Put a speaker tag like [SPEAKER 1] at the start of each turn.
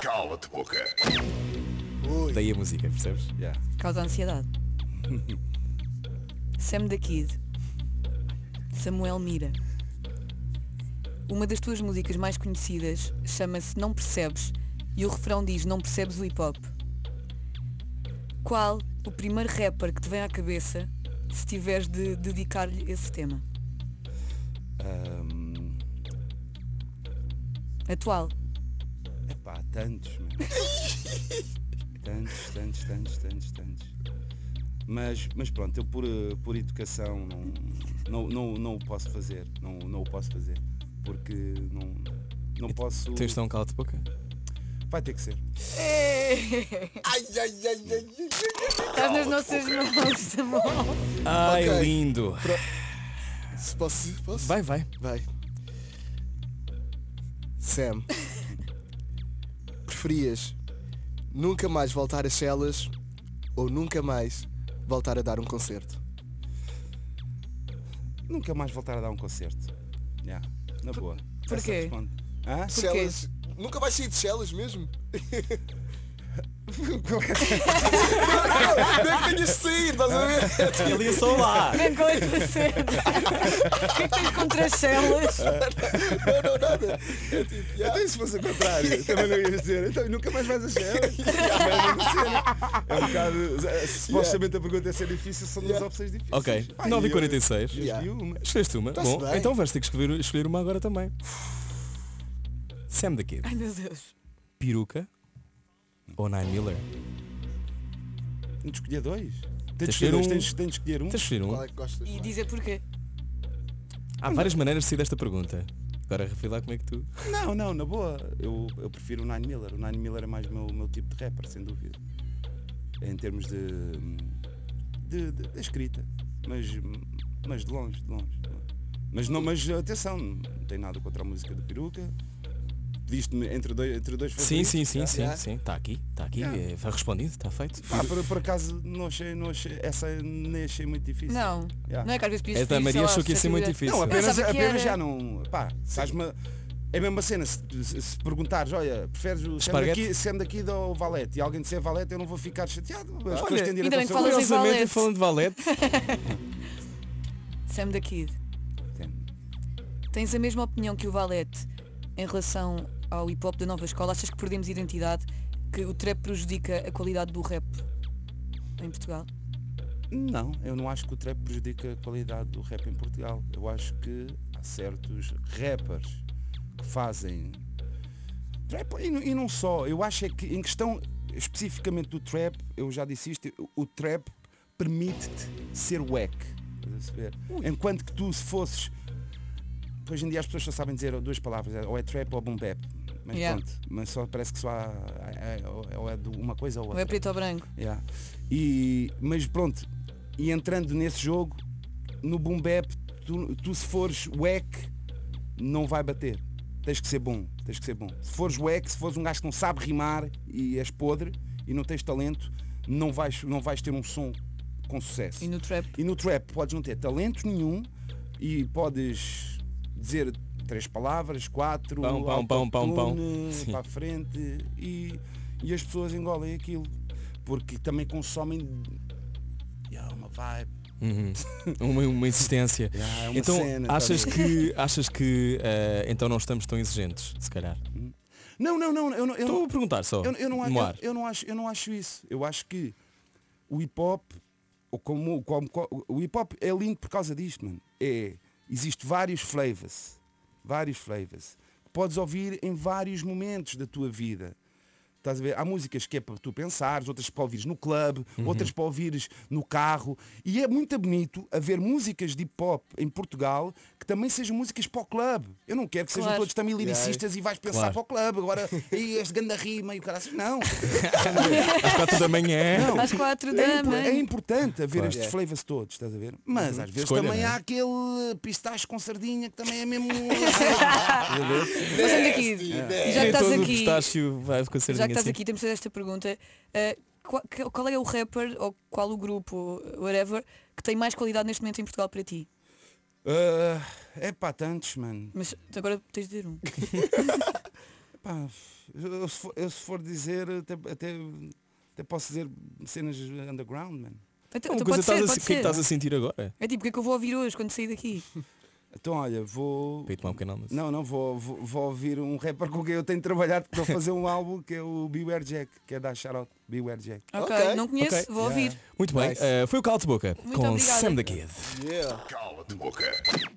[SPEAKER 1] Cala te boca.
[SPEAKER 2] Daí a música, percebes?
[SPEAKER 3] Yeah.
[SPEAKER 4] Causa ansiedade. Sam the Kid. Samuel Mira. Uma das tuas músicas mais conhecidas chama-se Não Percebes e o refrão diz Não percebes o hip hop. Qual o primeiro rapper que te vem à cabeça se tiveres de dedicar-lhe esse tema?
[SPEAKER 3] Ahm,
[SPEAKER 4] Atual.
[SPEAKER 3] epá, tantos, meu. tantos, tantos, tantos, tantos, tantos. Mas, mas pronto, eu por, eh, por educação não, não, não, não o posso fazer. Não, não o posso fazer. Porque não, não posso.
[SPEAKER 2] Tens de dar um cala de boca?
[SPEAKER 3] Vai ter que ser.
[SPEAKER 1] Ai, ai, ai, ai, ai.
[SPEAKER 4] Estás nas nossas mãos, Samuel.
[SPEAKER 2] Ai,
[SPEAKER 5] Ok.
[SPEAKER 2] lindo!
[SPEAKER 5] Se posso, posso?
[SPEAKER 2] Vai, vai.
[SPEAKER 5] Vai. Sam. preferias nunca mais voltar às celas ou nunca mais voltar a dar um concerto?
[SPEAKER 3] Nunca mais voltar a dar um concerto. Yeah, na boa.
[SPEAKER 4] por
[SPEAKER 3] Essa
[SPEAKER 4] quê?
[SPEAKER 3] responde. Hã?
[SPEAKER 5] Celas. Nunca vais sair de celas mesmo? não, não, não é que tenhas de sair, estás a ver?
[SPEAKER 2] Ele só lá!
[SPEAKER 4] Nem coisa a sério. O que é que tens contra as celas?
[SPEAKER 5] Não, não, nada. É tipo, já.
[SPEAKER 3] Até se fosse o contrário, também não ias dizer, então nunca mais vais a Shells. é um bocado. eh, Supostamente a pergunta é ser difícil, são duas
[SPEAKER 5] Yeah.
[SPEAKER 3] opções difíceis.
[SPEAKER 2] Ok,
[SPEAKER 3] Pá, e eu-
[SPEAKER 2] 9h46.
[SPEAKER 5] Yeah.
[SPEAKER 3] E uma.
[SPEAKER 2] Escolheste uma?
[SPEAKER 5] Tá-se
[SPEAKER 2] Bom,
[SPEAKER 5] bem.
[SPEAKER 2] então vais ter que escolher, escolher uma agora também. Sam the Kid,
[SPEAKER 4] Ai meu Deus.
[SPEAKER 2] peruca ou Nine Miller?
[SPEAKER 3] Tens de escolher dois. Tens de
[SPEAKER 2] Tens
[SPEAKER 3] escolher
[SPEAKER 2] de
[SPEAKER 3] dois,
[SPEAKER 2] um.
[SPEAKER 3] tens, tens de escolher um.
[SPEAKER 2] Tens de escolher um.
[SPEAKER 5] Qual é que gostas?
[SPEAKER 4] E
[SPEAKER 5] mais?
[SPEAKER 4] dizer porquê.
[SPEAKER 2] Há várias maneiras de sair desta pergunta. Agora refiro lá como é que tu.
[SPEAKER 3] Não, não, na boa. Eu, eu prefiro o Nine Miller. O Nine Miller é mais o meu, meu tipo de rapper, sem dúvida. Em termos de. de, de- de escrita. Mas, mas de longe, de longe. de longe. Mas, não, mas atenção, não tem nada contra a música do Peruca. Pediste-me entre dois, entre dois
[SPEAKER 2] Sim,
[SPEAKER 3] favoritos,
[SPEAKER 2] sim, sim,
[SPEAKER 3] tá?
[SPEAKER 2] sim,
[SPEAKER 5] yeah.
[SPEAKER 2] sim. Está aqui, está aqui.
[SPEAKER 3] Yeah.
[SPEAKER 2] é, Está respondido, está feito.
[SPEAKER 3] Pá, por, por acaso não achei, não achei, essa nem achei muito difícil.
[SPEAKER 4] Não.
[SPEAKER 3] Yeah.
[SPEAKER 4] Não é que às vezes pedias
[SPEAKER 2] Esta Maria achou que ia ser muito difícil.
[SPEAKER 3] Não, apenas,
[SPEAKER 4] Eu achava que
[SPEAKER 3] apenas
[SPEAKER 4] era-
[SPEAKER 3] já não. Pá, estás-me. a- É a mesma cena, se, se- se perguntares, olha, preferes o sendo
[SPEAKER 2] Esparguete?
[SPEAKER 3] daqui, sendo aqui do Valete e alguém disser Valete, eu não vou ficar chateado. As pessoas têm direito
[SPEAKER 4] ainda
[SPEAKER 3] ao
[SPEAKER 4] bem que falas
[SPEAKER 3] seu
[SPEAKER 4] em
[SPEAKER 3] gosto.
[SPEAKER 2] Curiosamente,
[SPEAKER 4] valete.
[SPEAKER 2] falando de valete,
[SPEAKER 4] Sam the Kid.
[SPEAKER 3] Tem-
[SPEAKER 4] Tens a mesma opinião que o Valete em relação ao hip hop da nova escola? Achas que perdemos identidade? Que o trap prejudica a qualidade do rap em Portugal?
[SPEAKER 3] Não, eu não acho que o trap prejudica a qualidade do rap em Portugal. Eu acho que há certos rappers que fazem trap e, não- e não só. Eu acho é que em questão especificamente do trap, eu já disse isto, o, o trap permite-te ser wack. Estás a perceber? Enquanto que tu se fosses. Hoje em dia as pessoas só sabem dizer duas palavras, é ou é trap ou boom bap. Mas
[SPEAKER 4] Yeah.
[SPEAKER 3] pronto, mas só parece que só há, é- é- ou é de uma coisa ou
[SPEAKER 4] Ou é
[SPEAKER 3] outra.
[SPEAKER 4] preto ou branco?
[SPEAKER 3] Yeah. E, mas pronto, e entrando nesse jogo, no boom bap, tu, tu se fores wack, não vai bater. Tens que ser bom, tens que ser bom. Se fores wack, se fores um gajo que não sabe rimar e és podre e não tens talento, não vais, não vais ter um som com sucesso.
[SPEAKER 4] E no trap?
[SPEAKER 3] E no trap podes não ter talento nenhum e podes dizer três palavras, quatro,
[SPEAKER 2] Pão, pão, pão, pão, pão.
[SPEAKER 3] autotune,
[SPEAKER 2] Sim.
[SPEAKER 3] para a frente e, e as pessoas engolem aquilo. Porque também consomem yeah, uma vibe.
[SPEAKER 2] uma, uma insistência.
[SPEAKER 3] Yeah, é uma
[SPEAKER 2] então
[SPEAKER 3] cena,
[SPEAKER 2] achas
[SPEAKER 3] tá
[SPEAKER 2] que achas que eh, então não estamos tão exigentes, se calhar.
[SPEAKER 3] Não, não, não, eu não, eu
[SPEAKER 2] Estou
[SPEAKER 3] não,
[SPEAKER 2] a perguntar só.
[SPEAKER 3] eu, eu não,
[SPEAKER 2] no
[SPEAKER 3] eu,
[SPEAKER 2] ar.
[SPEAKER 3] eu não acho, eu não acho isso. Eu acho que o hip hop, ou como, como- o hip hop é lindo por causa disto, mano. É, existe vários flavors, vários flavors que podes ouvir em vários momentos da tua vida. Estás a ver? Há músicas que é para tu pensares, outras para ouvires no clube, outras para ouvires no carro. E é muito bonito haver músicas de hip hop em Portugal que também sejam músicas para o clube. Eu não quero que sejam
[SPEAKER 4] Claro.
[SPEAKER 3] todos também lyricistas e vais pensar
[SPEAKER 2] Claro.
[SPEAKER 3] para o clube. Agora, e este ganda rima e o cara assim, não.
[SPEAKER 2] Às 4 da manhã.
[SPEAKER 4] Às quatro
[SPEAKER 3] É,
[SPEAKER 4] da
[SPEAKER 3] impor- é
[SPEAKER 4] manhã.
[SPEAKER 3] importante haver
[SPEAKER 2] Claro. Uhum.
[SPEAKER 3] estes
[SPEAKER 5] É.
[SPEAKER 3] flavors todos, estás a ver? Mas às vezes
[SPEAKER 2] Escolha,
[SPEAKER 3] também
[SPEAKER 2] não é?
[SPEAKER 3] há aquele pistache com sardinha que também é mesmo.
[SPEAKER 4] Mas
[SPEAKER 2] é
[SPEAKER 4] Sam the Kid. E Já que
[SPEAKER 2] Nem
[SPEAKER 4] estás
[SPEAKER 2] todo o
[SPEAKER 4] aqui,
[SPEAKER 2] pistácio vai com é a sardinha
[SPEAKER 4] já que estás
[SPEAKER 2] assim.
[SPEAKER 4] aqui, temos de fazer esta pergunta. Eh, qual, que- qual é o rapper ou qual o grupo, whatever, que tem mais qualidade neste momento em Portugal para ti?
[SPEAKER 3] Ah, é pá, tantos, mano.
[SPEAKER 2] É
[SPEAKER 4] Mas agora tens de dizer um.
[SPEAKER 3] Pá, eu, se for, eu se for dizer, até, até, até posso dizer cenas underground, man.
[SPEAKER 4] Então,
[SPEAKER 2] Uma coisa
[SPEAKER 4] então pode
[SPEAKER 2] estás
[SPEAKER 4] ser,
[SPEAKER 2] a se- o
[SPEAKER 4] pode
[SPEAKER 2] que é que
[SPEAKER 4] ser.
[SPEAKER 2] estás a sentir agora?
[SPEAKER 4] É tipo, o que é que eu vou ouvir hoje quando sair daqui?
[SPEAKER 3] Então olha, vou.
[SPEAKER 2] Para ir tomar um pequeno almoço.
[SPEAKER 3] Não, não, vou, vou, vou ouvir um rapper com quem eu tenho trabalhado para fazer um álbum que é o Beware Jack, que é da Shoutout Beware Jack.
[SPEAKER 4] Ok,
[SPEAKER 5] Ok.
[SPEAKER 4] não conheço,
[SPEAKER 2] Ok.
[SPEAKER 4] vou ouvir.
[SPEAKER 2] Muito bem,
[SPEAKER 5] Nice.
[SPEAKER 2] eh, foi o Cala de Boca
[SPEAKER 4] Muito
[SPEAKER 2] com
[SPEAKER 4] obrigada.
[SPEAKER 2] Sam da Kid.
[SPEAKER 5] Yeah.
[SPEAKER 6] Cala-te boca.